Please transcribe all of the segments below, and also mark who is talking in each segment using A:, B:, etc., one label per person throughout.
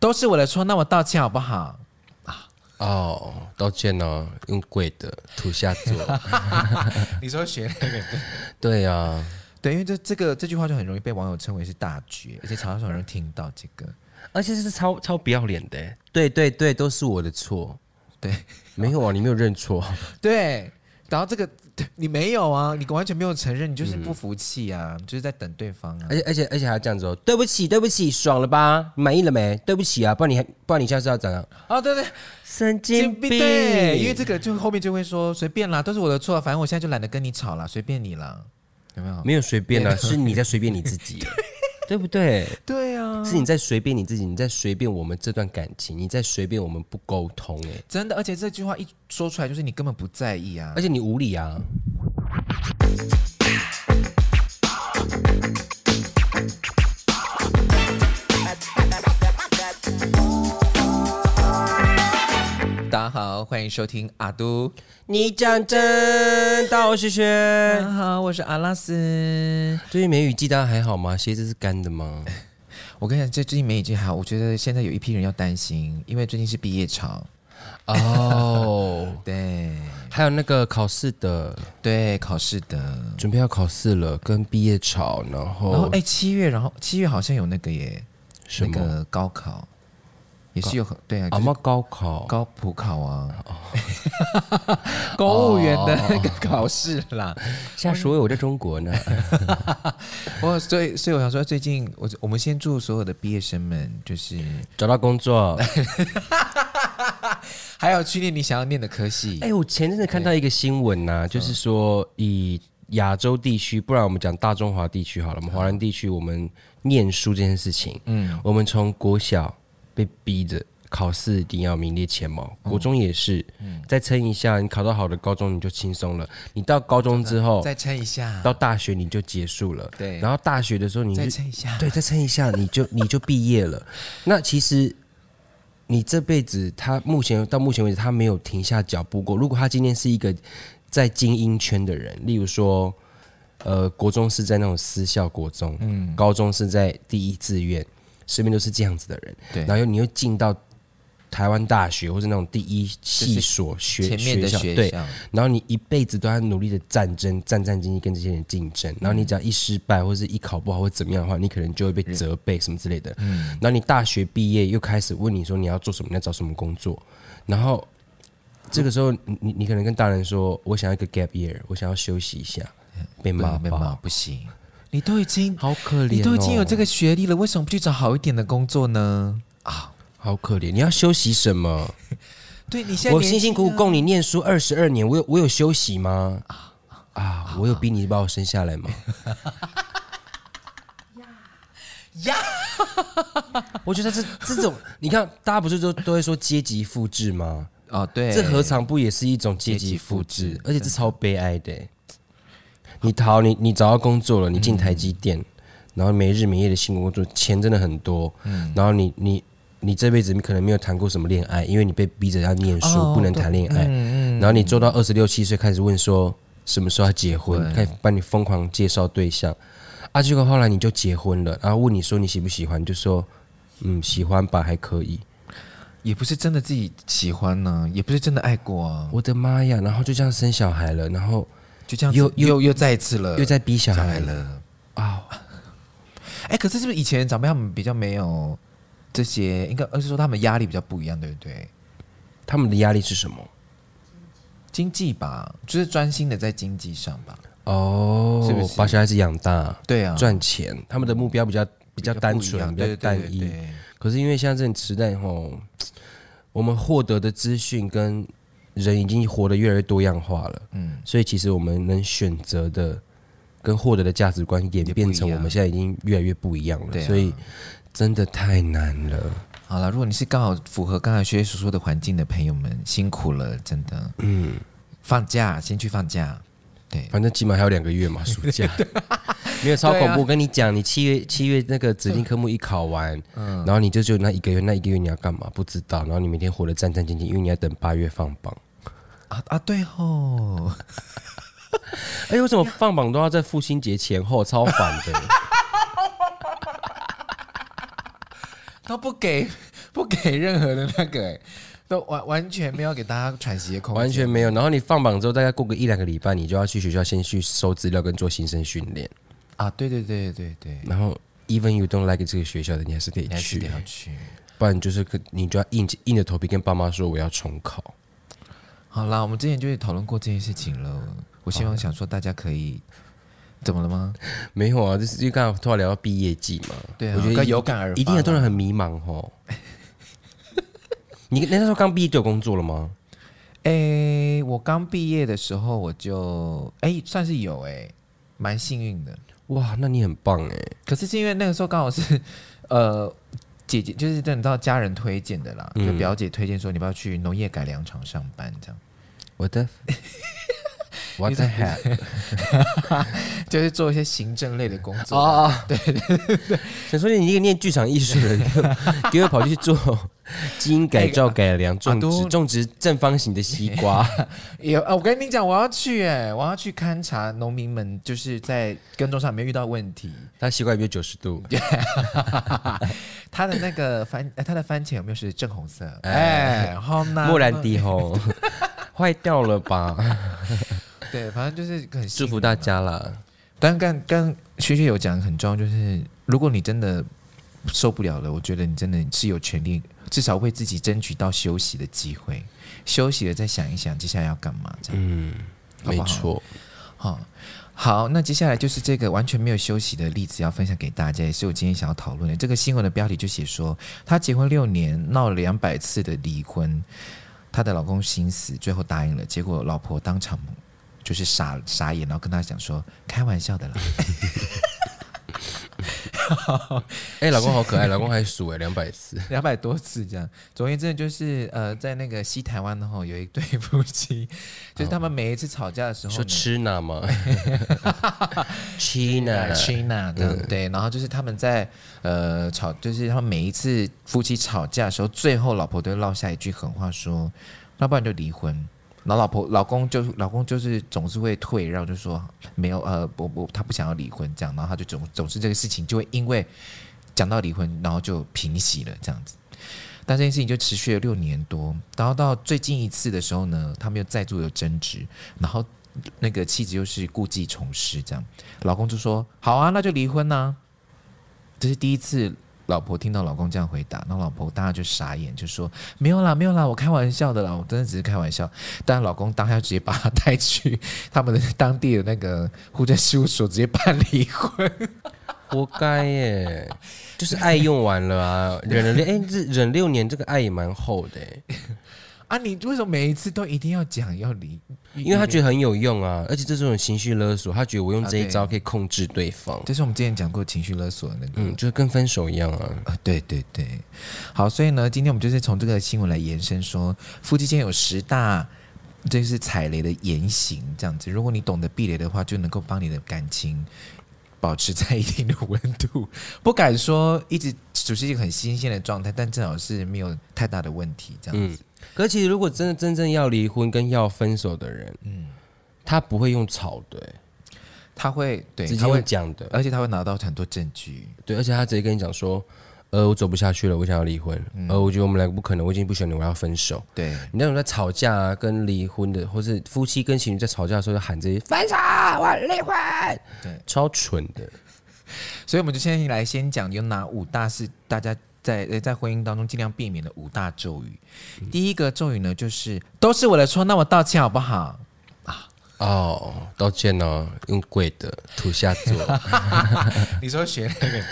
A: 都是我的错，那我道歉好不好？
B: 哦，道歉哦，用跪的土下 座。
A: 你说学那个
B: 对啊，
A: 对，因为这这个这句话就很容易被网友称为是大绝，而且常常有人听到这个。
B: 而且是超超不要脸的欸。对对对，都是我的错。
A: 对
B: 没有啊，你没有认错。
A: 对，然后这个你没有啊，你完全没有承认，你就是不服气啊，你就是在等对方啊
B: 而。且而且而且还这样子哦，对不起对不起，爽了吧？你满意了没？对不起啊，不然你还不然你下次要怎样？
A: 哦，对对，
B: 神
A: 对，因为这个就后面就会说随便啦，都是我的错，反正我现在就懒得跟你吵啦，随便你啦，有没有？
B: 没有随便 啊，是你在随便你自 己，对不对？
A: 对啊，
B: 是你在随便你自己，你在随便我们这段感情，你在随便我们不沟通哎、
A: 真的，而且这句话一说出来，就是你根本不在意啊
B: 而。且你无理啊。
A: 大家好，欢迎收听阿都，
B: 你讲真，大家好，我是雪
A: 大
B: 雪。
A: 家好，我是阿拉斯。
B: 最近梅雨季，大家还好吗？鞋子是干的吗？
A: 我跟你讲，这最近梅雨季好，我觉得现在有一批人要担心，因为最近是毕业潮，
B: 哦，
A: 对
B: 还有那个考试的，
A: 对，考试的。
B: 准备要考试了，跟毕业潮，然
A: 然后
B: 后
A: 哎，七月，然后七月好像有那个耶，
B: 什
A: 那
B: 么？
A: 个高考，也是有很对啊，哦
B: 阿
A: 就是
B: 妈高考，
A: 高普考啊， 公务员的那个考试啦。
B: 现在所有我在中国呢。
A: 我所以所以我想说，最近我我们先祝所有的毕业生们，就是
B: 找到工作。啊
A: 哎还有去念你想要念的科系。
B: 哎、我前阵子看到一个新闻呐、就是说以亚洲地区，不然我们讲大中华地区好了，我们华人地区，我们念书这件事情，
A: 嗯，
B: 我们从国小被逼着考试一定要名列前茅，国中也是，再撑一下，你考到好的高中你就轻松了，你到高中之后，
A: 再撑一下，
B: 到大学你就结束了，
A: 对
B: 然后大学的时候你
A: 再
B: 就
A: 撑一下。
B: 对，再撑一下，你就你就毕业了。那其实你这辈子，他目前到目前为止，他没有停下脚步过。如果他今天是一个在精英圈的人，例如说，呃，国中是在那种私校国中，嗯，高中是在第一志愿，身边都是这样子的人，
A: 对
B: 然后你又进到台湾大学或者那种第一系
A: 是
B: 所学
A: 前面的
B: 校，
A: 学
B: 对，
A: 校，
B: 然后你一辈子都在努力的战争，战战兢兢跟这些人竞
A: 嗯
B: 争，然后你只要一失败或是一考不好或怎么样的话，你可能就会被责备什么之类的。
A: 嗯
B: 然后你大学毕业又开始问你说你要做什么，你要找什么工作，然后这个时候你你你可能跟大人说，我想要一个 gap year，我想要休息一下，被
A: 不
B: 骂
A: 嗯能被骂
B: 爆，
A: 不行。你都已经
B: 好可怜、哦，
A: 你都已经有这个学历了，为什么不去找好一点的工作呢？啊，
B: 好可怜，你要休息什么？
A: 对你现在
B: 我
A: 年
B: 辛辛
A: 轻
B: 苦
A: 啊
B: 苦供你念书二十二年，我有我有休息吗？啊，我有逼你把我生下来吗？
A: 呀，
B: 我觉得这这种，你看，大家不是都都会说阶级复制吗？
A: 哦，对，
B: 这何尝不也是一种阶级复制？而且这超悲哀的欸。你逃，你你找到工作了，你进台积电，然后没日没夜的辛苦工作，钱真的很多。然后你你你这辈子你可能没有谈过什么恋爱，因为你被逼着要念书，
A: 哦
B: 不能谈恋爱。然后你做到二十六七岁开始问说什么时候要结婚，开始帮你疯狂介绍对象。啊，结果后来你就结婚了，然后问你说你喜不喜欢，你就说嗯喜欢吧，还可以。
A: 也不是真的自己喜欢呢，也不是真的爱过啊，
B: 我的妈呀！然后就这样生小孩了，然后
A: 就这样子
B: 又
A: 又又再一次了，
B: 又在逼小
A: 上来
B: 孩了
A: 了。
B: 啊！
A: 哎，可是是不是以前长辈他们比较没有这些，应该呃而是说他们压力比较不一样，对不对？
B: 他们的压力是什么？
A: 经济吧，就是专心的在经济上吧。
B: 哦，
A: 是不是
B: 把小孩子养大、
A: 对啊，
B: 赚钱？他们的目标比较比较单
A: 不一样
B: 纯，比
A: 对对
B: 较单
A: 对对
B: 一。
A: 对
B: 可是因为现在这种时代吼，我们获得的资讯跟人已经活得越来越多样化了，
A: 嗯，
B: 所以其实我们能选择的跟获得的价值观演变成我们现在已经越来越不一样了，
A: 对啊
B: 所以真的太难了。
A: 好了，如果你是刚好符合刚才学姐所说的环境的朋友们，辛苦了，真的。嗯，放假先去放假，对，
B: 反正起码还有两个 月嘛，暑假。没有超恐
A: 啊
B: 怖，我跟你讲，你七月七月那个指定科目一考完，
A: 嗯
B: 然后你就只有那一个月，那一个月你要干嘛？不知道。然后你每天活得战战兢兢，因为你要等八月放榜。
A: 啊啊对吼，
B: 哎、为什么放榜都要在父亲节前后？超烦的。
A: 都不给 不给任何的那个、欸，都完完全没有给大家喘息的空间，
B: 完全没有。然后你放榜之后，大概过个一两个礼拜，你就要去学校先去收资料跟做新生训练。
A: 啊！对对对对对，
B: 然后 even you don't like 这个学校的，你还是得
A: 你还是
B: 去
A: 得，要去。
B: 不然就是可你就要硬硬着头皮跟爸妈说我要重考。
A: 好啦，我们之前就有讨论过这件事情了。我希望想说大家可以，怎么了吗？
B: 没有啊，就是就刚才突然聊到毕业季嘛，
A: 对啊
B: 我觉得
A: 更
B: 一
A: 有感而发
B: 一定很多人很迷茫哦。 你那时候刚毕业就有工作了吗？
A: 诶，我刚毕业的时候我就诶算是有诶，蛮幸运的。
B: 哇，那你很棒哎！
A: 可是是因为那个时候刚好是 呃姐姐，就是等到家人推荐的啦，就
B: 嗯
A: 表姐推荐说你要不要去农业改良场上班这样。
B: 我的 我 的 hat
A: 就是做一些行政类的工作。
B: 哦，对对对，想说你一个念剧场艺 术的人，给我跑去做基因改造改良种
A: 阿
B: 植
A: 哎都
B: 种植正方形的西 瓜。
A: 有啊，我跟你讲，我要去哎、我要去勘察农民们就是在耕种上有没有遇到问题，
B: 他西瓜有没有九十 度？
A: 他的那个番，呃他的番茄有没有是正红色？哎、好难。
B: 莫兰，迪吼， 坏掉了 吧？
A: 对，反正就是很
B: 祝
A: 幸
B: 福
A: 福。
B: 大家啦！
A: 但刚刚学学有讲很重要，就是如果你真的受不了了，我觉得你真的是有权利，至少为自己争取到休息的机会，休息了再想一想接下来要干嘛这样。
B: 嗯，
A: 好不
B: 没
A: 好
B: 错，
A: 好、好，那接下来就是这个完全没有休息的例子要分享给大家，也是我今天想要讨论的。这个新闻的标题就写说，她结婚六年，闹了两百次的离婚，她的老公心死，最后答应了，结果老婆当场就是傻傻眼，然后跟她讲说，开玩笑的啦。
B: 哎、老公好可爱，老公还数哎两百次，
A: 两百多次这样。总而言之，就是呃，在那个西台湾的话，有一对夫妻，就是他们每一次吵架的时候
B: 说
A: 呢，
B: 吃 哪吗？吃哪？
A: China 这样对，然后就是他们在呃吵，就是他们每一次夫妻吵架的时候，最后老婆都会落下一句狠话说，要不然就离婚。然后老婆老公就老公就是总是会退让，就说没有呃我我他不想要离婚这样，然后他就总总是这个事情就会因为讲到离婚，然后就平息了这样子。但这件事情就持续了六年多，然后到最近一次的时候呢，他们又再度有争执，然后那个妻子又是故技重施这样。老公就说：“好啊，那就离婚呐、这是第一次老婆听到老公这样回答，然后老婆当然就傻眼，就说：“没有啦，没有啦，我开玩笑的啦，我真的只是开玩笑。”但老公当下直接把她带去他们的当地的那个户政事务所，直接办离婚。
B: 活该耶！就是爱用完 了啊，忍了六哎、这忍六年，这个爱也蛮厚的欸耶，
A: 啊，你为什么每一次都一定要讲要离？
B: 因为他觉得很有用啊，而且这是种情绪勒索，他觉得我用这
A: 啊
B: 一
A: 对
B: 招可以控制对方，
A: 这是我们之前讲过情绪勒索的那个。
B: 嗯，就是跟分手一样啊。
A: 啊，对对对，好，所以呢，今天我们就是从这个新闻来延伸说，夫妻间有十大就是踩雷的言行这样子。如果你懂得避雷的话，就能够帮你的感情保持在一定的温度。不敢说一直处于一个很新鲜的状态，但至少是没有太大的问题这样子。
B: 嗯可其实如果真的真正要离婚跟要分手的人，
A: 嗯，
B: 他不会用吵的耶、
A: 他会对，
B: 直接
A: 他会
B: 用，讲的，
A: 而且他会拿到很多证据。
B: 对，而且他直接跟你讲说，呃，我走不下去了，我想要离婚，呃，我觉得我们两个不可能，我已经不喜欢你，我要分手。
A: 对，
B: 你那种在吵架、啊、跟离婚的，或是夫妻跟情侣在吵架的时候，就喊这些分手，我离婚，
A: 对，
B: 超蠢的。
A: 所以我们就现在来先讲有哪五大是大家在呃在婚姻当中尽量避免的五大咒语。第一个咒语呢，就是都是我的错，那我道歉好不好？
B: 哦，道歉哦，用跪的土下 座。
A: 你说学那个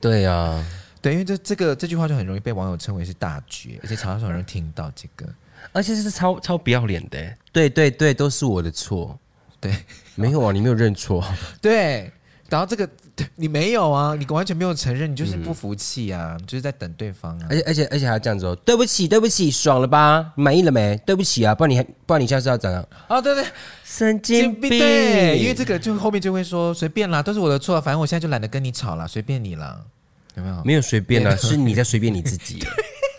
B: 对啊，
A: 对，因为这这个这句话就很容易被网友称为是大绝，而且常常有人听到这个。
B: 而且是超超不要脸的欸耶。对对对，都是我的错。
A: 对
B: 没有啊，你没有认错。
A: 对，然后这个对你没有啊，你完全没有承认，你就是不服气啊，你就是在等对方啊
B: 而。且而且而且还这样子哦，对不起对不起，爽了吧？你满意了没？对不起啊，不然你还不然你下次要怎样？
A: 哦，对对，
B: 神经病。
A: 对，因为这个就后面就会说随便啦，都是我的错，反正我现在就懒得跟你吵啦，随便你啦，有没有？
B: 没有随便啊，是你在随便你 自己，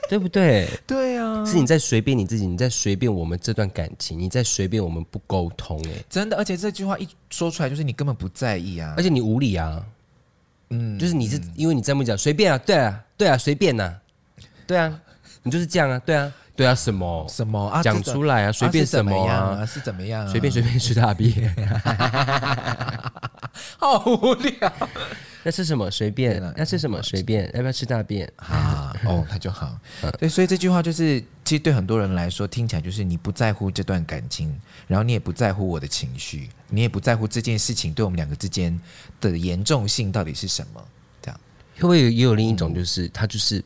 B: 对不对？
A: 对啊，
B: 是你在随便你自己，你在随便我们这段感情，你在随便我们不沟通哎、
A: 真的，而且这句话一说出来，就是你根本不在意啊
B: 而。且你无理啊，嗯，就是你是因为你这么讲随便啊，对啊，对啊，随便呐、啊，对啊，你就是这样啊，对啊，对啊，什么
A: 什么啊？
B: 讲
A: 这种
B: 出来啊，随便
A: 啊是
B: 什
A: 怎么样
B: 啊，
A: 啊？是怎么样啊？
B: 随便随便吃大便，
A: 好无 聊
B: 啊要吃什么随便，要吃什么随便，要不要吃大便？
A: 啊！哦，那就好。
B: 呃
A: 对，所以这句话就是，其实对很多人来说，听起来就是你不在乎这段感情，然后你也不在乎我的情绪，你也不在乎这件事情对我们两个之间的严重性到底是什么。这样
B: 会不会有也有另一种，就是他就是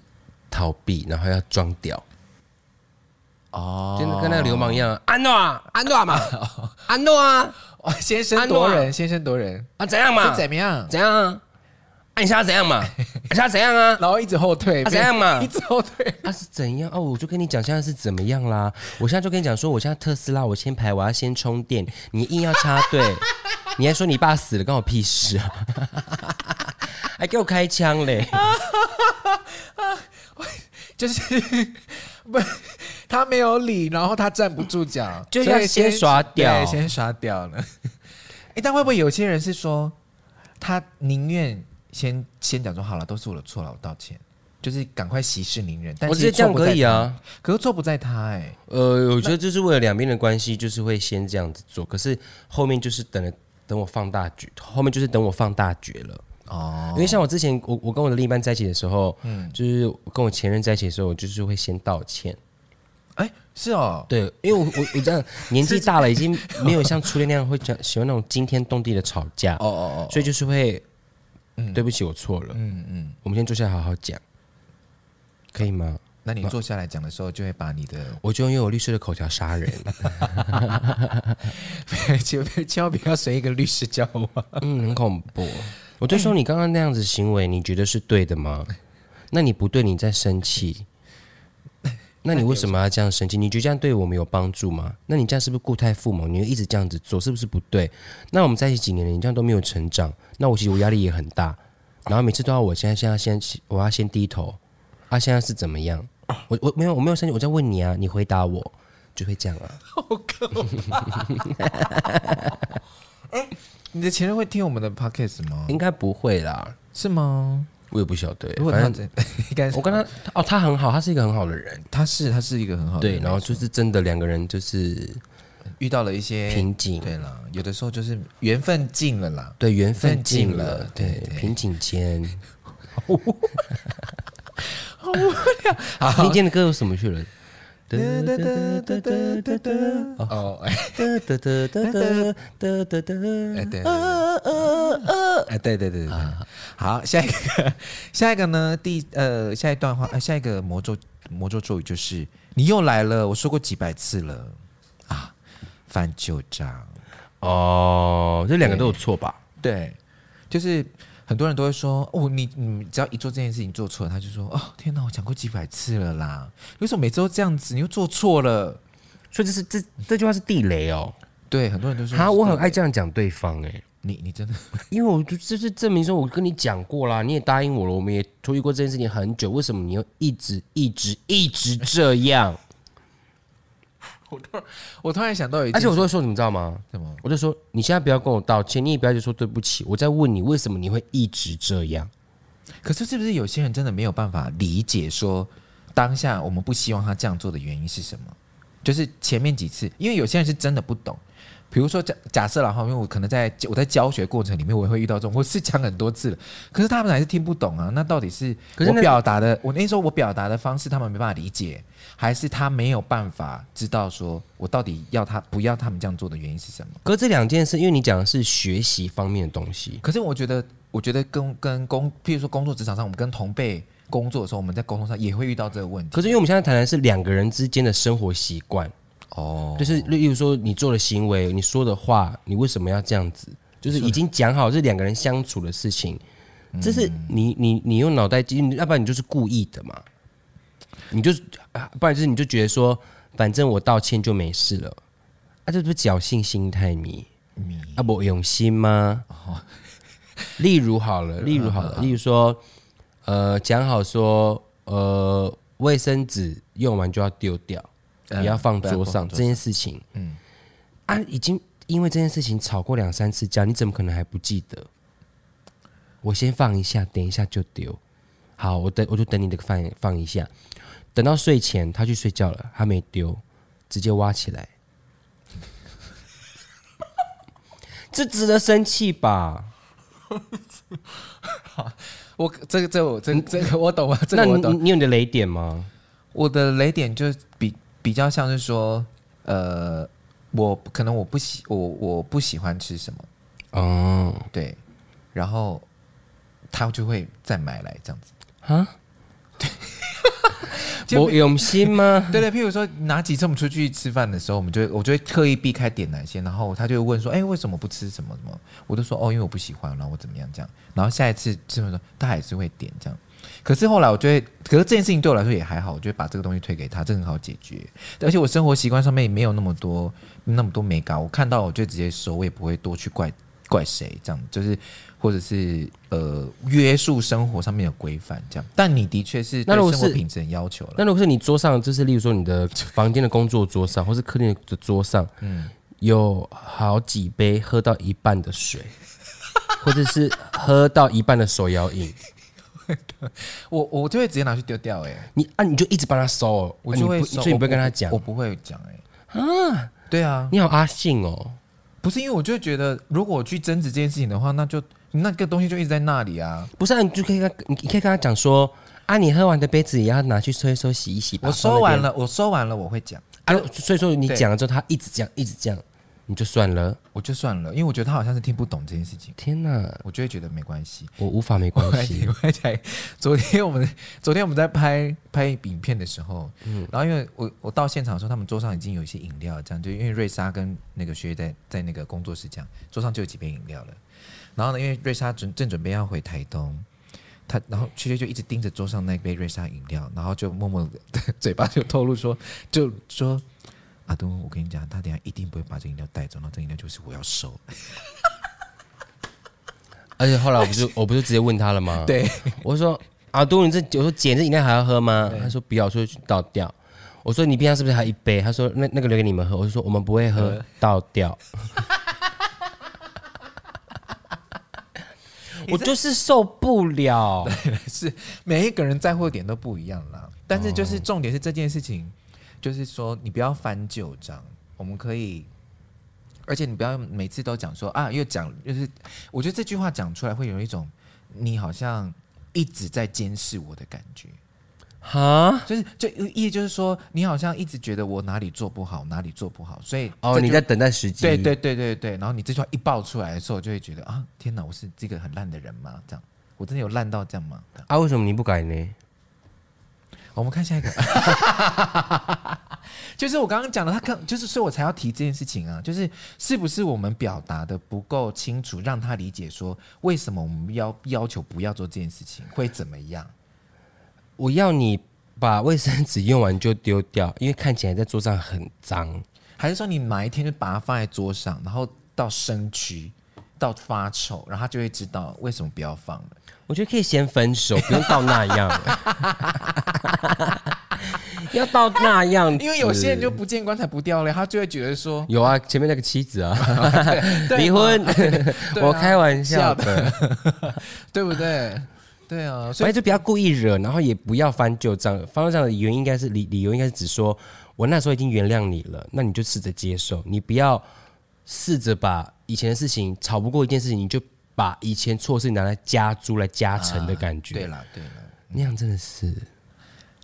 B: 逃避，然后要装屌，
A: 哦
B: 就跟那个流氓一样，安诺啊，安诺啊嘛，安诺啊，
A: 哦，先声夺人，先声夺人
B: 啊怎样
A: 是
B: 嘛，
A: 怎么样？
B: 怎样啊？按一下怎样嘛？按一下怎样啊？
A: 然后一直后退，
B: 啊怎样 嘛
A: 一直后退。
B: 啊是怎样？哦，我就跟你讲现在是怎么样啦。我现在就跟你讲说，我现在特斯拉，我先排，我要先充电。你硬要插队，你还说你爸死了，关我屁事啊！ 还给我开枪嘞！
A: 就是不，他没有理，然后他站不住脚，
B: 就要
A: 所以
B: 先耍
A: 对
B: 屌
A: 先耍屌 了。哎、但会不会有些人是说，他宁愿先先讲说好了，都是我的错了，我道歉，就是赶快息事宁人。但
B: 我
A: 是
B: 觉得这样
A: 错不在
B: 可以啊
A: 他，可是错不在他哎、
B: 呃，我觉得就是为了两边的关系，就是会先这样子做，可是后面就是等了等我放大局，后面就是等我放大局了。
A: 哦，
B: 因为像我之前，我我跟我的另一半在一起的时候，嗯，就是我跟我前任在一起的时候，我就是会先道歉。
A: 哎、是哦，
B: 对，因为我我我这样 年纪大了，已经没有像初恋那样会讲喜欢那种惊天动地的吵架，
A: 哦哦哦，
B: 所以就是会，对不起，我错了，
A: 嗯嗯，
B: 我们先坐下来好好讲，可以吗？
A: 那你坐下来讲的时候，就会把你 的
B: 我就用我律师的口条杀人。
A: 千万千万不要随一个律师教我。
B: 嗯，很恐怖。我就说你刚刚那样子行为，你觉得是对的吗？那你不对，你在生气。 那你为什么要这样生气？你觉得这样对我们有帮助吗？那你这样是不是固态父母？你又一直这样子做，是不是不对？那我们在一起几年了，你这样都没有成长，那我其实我压力也很大。然后每次都要我现在现在先我要先低头，啊，现在是怎么样？我我没有我没有生气，我在问你啊，你回答我就会这样啊。
A: 你的前任会听我们的 podcast 吗？
B: 应该不会啦，
A: 是吗？
B: 我也不晓得。
A: 如果
B: 反
A: 他
B: 正
A: 真 应该是
B: 我跟他哦，他很好，他是一个很好的人。
A: 他是他是一个很好的
B: 哦对，
A: 人，
B: 然后就是真的两个人就是
A: 遇到了一些
B: 瓶颈，
A: 对了，有的时候就是缘分尽了啦。
B: 对缘
A: 分
B: 分
A: 尽
B: 尽
A: 了
B: 了，对
A: 对
B: 瓶颈间。
A: 好
B: 林，健的歌有什么去了？哒
A: 哒
B: 哒
A: 哒
B: 哒
A: 哒哒
B: 哒哒
A: 哒
B: 哒
A: 哒哦，哎
B: 哒哒哒哒哒哒哒。
A: 哎对对哎对对对对，对好，下一个 下一个呢？第呃下一段话，呃下一个魔咒魔咒咒语就是你又来了，我说过几百次了啊，翻旧账。
B: 哦，这两个都有错吧？
A: 对，就是很多人都会说，哦，你你只要一做这件事情做错了，他就说，哦，天哪，我讲过几百次了啦，为什么每次都这样子？你又做错了。
B: 所以这是这这句话是地雷哦。
A: 对，很多人都说，
B: 哈，我很爱这样讲对方哎，
A: 你你真的
B: 因为我就就是证明说，我跟你讲过啦，你也答应我了，我们也处理过这件事情很久，为什么你又一直一直一直这样？
A: 我突然想到一件，
B: 而且我都会说，你们知道吗？
A: 什么？
B: 我就说你现在不要跟我道歉，你也不要就说对不起。我在问你为什么你会一直这样？
A: 可是是不是有些人真的没有办法理解说，当下我们不希望他这样做的原因是什么？就是前面几次，因为有些人是真的不懂。比如说假假设了哈，因为我可能在我在教学过程里面，我也会遇到这种，我是讲很多次了，可是他们还是听不懂啊。那到底是
B: 可是
A: 我
B: 那
A: 表达的，我那时候我表达的方式他们没办法理解，还是他没有办法知道说我到底要他不要他们这样做的原因是什么？
B: 可是这两件事，因为你讲的是学习方面的东西，
A: 可是我觉得，我觉得跟跟工，譬如说工作职场上，我们跟同辈工作的时候，我们在沟通上也会遇到这个问题。
B: 可是因为我们现在谈的是两个人之间的生活习惯，
A: 哦，
B: 就是例如说你做的行为、你说的话，你为什么要这样子？就是已经讲好是两个人相处的事情，这是你你你用脑袋记，要不然你就是故意的嘛，你就是，啊不然就是你就觉得说，反正我道歉就没事了，啊，这不是侥幸心态迷。
A: 你
B: 啊，不用心吗？
A: 哦
B: 例如 好了，例如好
A: 嗯
B: 了，例如说，呃，讲好说，呃，卫生纸用完就要丢掉，
A: 嗯
B: 不要放
A: 不要
B: 桌
A: 放
B: 上
A: 桌
B: 这件事情，
A: 嗯
B: 嗯，啊，已经因为这件事情吵过两三次架，你怎么可能还不记得？我先放一下，等一下就丢。好，我等我就等你的放放一下，等到睡前他去睡觉了，他没丢，直接挖起来。这值得生气吧？
A: 我这个这我这这个我懂啊，这
B: 那
A: 个我
B: 你
A: 懂。
B: 你有你的雷点吗？
A: 我的雷点就比比较像是说，呃，我可能我不喜我我不喜欢吃什么，
B: 哦，
A: 对，然后他就会再买来这样子。
B: 啊，
A: 就
B: 我用心吗？
A: 对对，譬如说哪几次我们出去吃饭的时候，我们就会我就会刻意避开点哪些，然后他就会问说，哎、为什么不吃什么什么？我就说哦，因为我不喜欢，然后我怎么样这样。然后下一次吃饭的时候，他还是会点这样。可是后来我就会，可是这件事情对我来说也还好，我就会把这个东西推给他，这很好解决。而且我生活习惯上面也没有那么多那么多美感，我看到我就直接收，我也不会多去怪怪谁这样，就是或者是呃约束生活上面的规范这样。但你的确是
B: 那
A: 对
B: 如果
A: 生活
B: 是
A: 品质很要求了。
B: 那如果是你桌上，就是例如说你的房间的工作桌上，或是客厅的桌上，
A: 嗯
B: 有好几杯喝到一半的水， 或者是喝到一半的手摇饮，
A: 我我就会直接拿去丢掉、欸，哎，
B: 你啊你就一直帮他收，
A: 我
B: 啊
A: 就会
B: 你不
A: 收、
B: 所以你不
A: 我
B: 会跟他讲
A: 我，不会讲、欸，哎，啊，对啊，
B: 你好阿信哦，
A: 不是因为我就会觉得，如果我去争执这件事情的话，那就那个东西就一直在那里啊，
B: 不是、啊、你就可以跟他你你可以跟他讲说啊，你喝完的杯子也要拿去收一收，洗一洗吧。
A: 我收完
B: 了
A: 了，我收完了，我会讲，
B: 啊，所以说你
A: 对
B: 讲了之后，他一直这样一直这样，你就算了。
A: 我就算了，因为我觉得他好像是听不懂这件事情，
B: 天哪，
A: 我就会觉得没关系。
B: 我无法没
A: 我
B: 关
A: 还
B: 系。
A: 我还才，昨天我们 昨天我们在拍拍影片的时候，
B: 嗯
A: 然后因为我我到现场的时候，他们桌上已经有一些饮料，这样就因为瑞莎跟那个学姐在在那个工作室这样，桌上就有几杯饮料了。然后呢，因为瑞莎准正准备要回台东，她然后学姐就一直盯着桌上那杯瑞莎饮料，然后就默默的 嘴巴就透露说，就说阿东，我跟你讲，他等一下一定不会把这饮料带走，那这饮料就是我要收。
B: 而且后来我不就我不就直接问他了吗？，
A: 对，
B: 我说阿杜，你这我说姐，你这饮料还要喝吗？他说不要，我说去倒掉。我说你冰箱是不是还有一杯？他说那那个留给你们喝。我就说我们不会
A: 呃
B: 喝，倒 掉。我就是受不了，
A: 是每一个人在乎的点都不一样啦。但是
B: 哦
A: 就是重点是这件事情，就是说你不要翻旧账，我们可以，而且你不要每次都讲说啊，又讲就是，我觉得这句话讲出来会有一种你好像一直在监视我的感觉。
B: 哈？
A: 就是就意思就是说，你好像一直觉得我哪里做不好，哪里做不好，所以
B: 哦，
A: 这
B: 你
A: 句
B: 在等待时机。
A: 对对对对对，然后你这句话一爆出来的时候，我就会觉得啊，天哪，我是这个很烂的人吗？这样，我真的有烂到这样吗？这样
B: 啊，为什么你不改呢？
A: 我们看下一个， 就是我刚刚讲的，他看就是，所以我才要提这件事情啊，就是是不是我们表达的不够清楚，让他理解说为什么我们要要求不要做这件事情会怎么样？
B: 我要你把卫生纸用完就丢掉，因为看起来在桌上很脏。
A: 还是说你哪一天就把它放在桌上，然后到身躯到发臭，然后他就会知道为什么不要放了？
B: 我觉得可以先分手，不用到那样。 要到那样子，
A: 因为有些人就不见棺材不掉泪，他就会觉得 说
B: 有啊，前面那个妻子啊，
A: 对
B: 离婚，
A: 对啊
B: 我开玩笑
A: 笑
B: 的，
A: 对不对？对啊，所
B: 所
A: 以
B: 以就不要故意惹，然后也不要翻旧账。翻旧账的原因应该是理理由应该是只说，我那时候已经原谅你了，那你就试着接受，你不要试着把以前的事情吵不过一件事情，你就把以前错事拿来加诸来加成的感觉，
A: 对啦对啦，
B: 那样真的是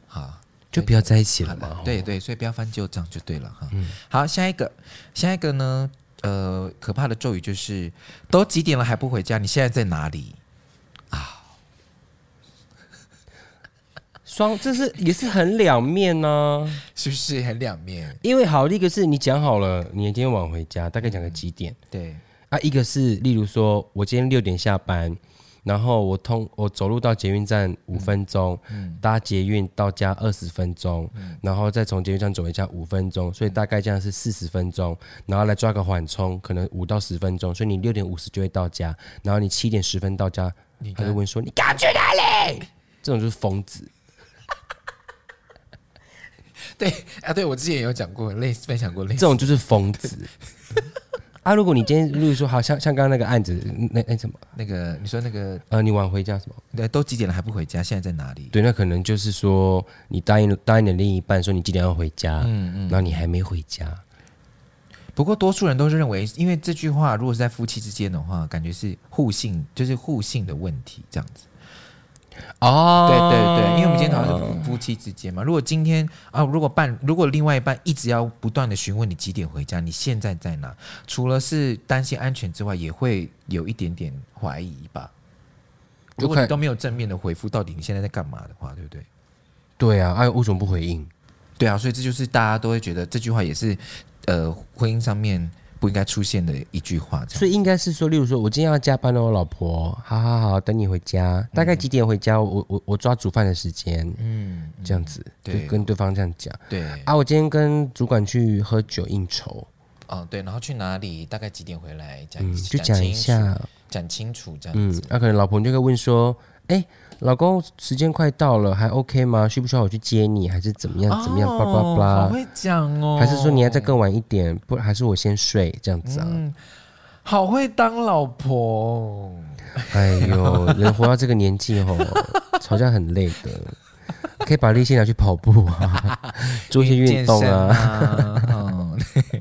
A: 好。
B: 就不要在一起了
A: 好
B: 嘛
A: 了，。嗯对对，所以不要翻旧账就对了哈。好，下一个，下一个呢？呃，可怕的咒语就是都几点了还不回家？你现在在哪里？
B: 双，这是也是很两面呢、
A: 是不是很两面？
B: 因为好，一个是你讲好了，你今天晚回家，大概讲个几点
A: 对，
B: 啊？一个是例如说，我今天六点下班，然后我通我走路到捷运站五分钟，搭捷运到家二十分钟，然后再从捷运站走回家五分钟，所以大概这样是四十分钟，然后来抓个缓冲，可能五到十分钟，所以你六点五十就会到家，然后你七点十分到家，他就问说你刚去哪里？这种就是疯子。
A: 对啊，对我之前也有讲过，类似分享过类似，
B: 这种就是疯子。啊，如果你今天，例如说，好像像刚刚那个案子，那那什么，
A: 那个你说那个
B: 呃，你晚回家什么？
A: 对，都几点了还不回家？现在在哪里？
B: 对，那可能就是说，你答应答应你的另一半说你几点要回家，
A: 嗯
B: 然后你还没回家，
A: 不过多数人都是认为，因为这句话如果是在夫妻之间的话，感觉是互信，就是互信的问题这样子。
B: 哦
A: 对对对，因为我们今天讨论的是夫夫妻之间嘛。如果今天啊，如果伴，如果另外一半一直要不断的询问你几点回家，你现在在哪，除了是担心安全之外，也会有一点点怀疑吧。如果
B: 就
A: 你
B: 看
A: 都没有正面的回复，到底你现在在干嘛的话，对不对？
B: 对啊，哎、为什么不回应？
A: 对啊，所以这就是大家都会觉得这句话也是，呃，婚姻上面不应该出现的一句话。这样
B: 所以应该是说，例如说，我今天要加班了，我老婆，好好好，等你回家，大概几点回家？我我我抓煮饭的时间，
A: 嗯，
B: 这样子，
A: 对
B: 就跟对方这样讲
A: 对，
B: 啊。我今天跟主管去喝酒应酬，
A: 哦对，然后去哪里，大概几点回来，讲、
B: 嗯，就
A: 讲
B: 讲
A: 清
B: 一
A: 楚，
B: 下，
A: 讲清楚这样
B: 嗯
A: 子。，
B: 那、可能老婆就会问说，哎、老公，时间快到了，还 OK 吗？需不需要我去接你，还是怎么样怎么样？
A: 哦
B: 叭叭
A: 好
B: 叭，
A: 会讲哦。
B: 还是说你要再更晚一点？不，还是我先睡这样子啊？
A: 嗯，好会当老婆哦。
B: 哎呦，人活到这个年纪吼，吵架很累的， 可以把力气拿去跑步啊，做一些运动啊，
A: 啊。哦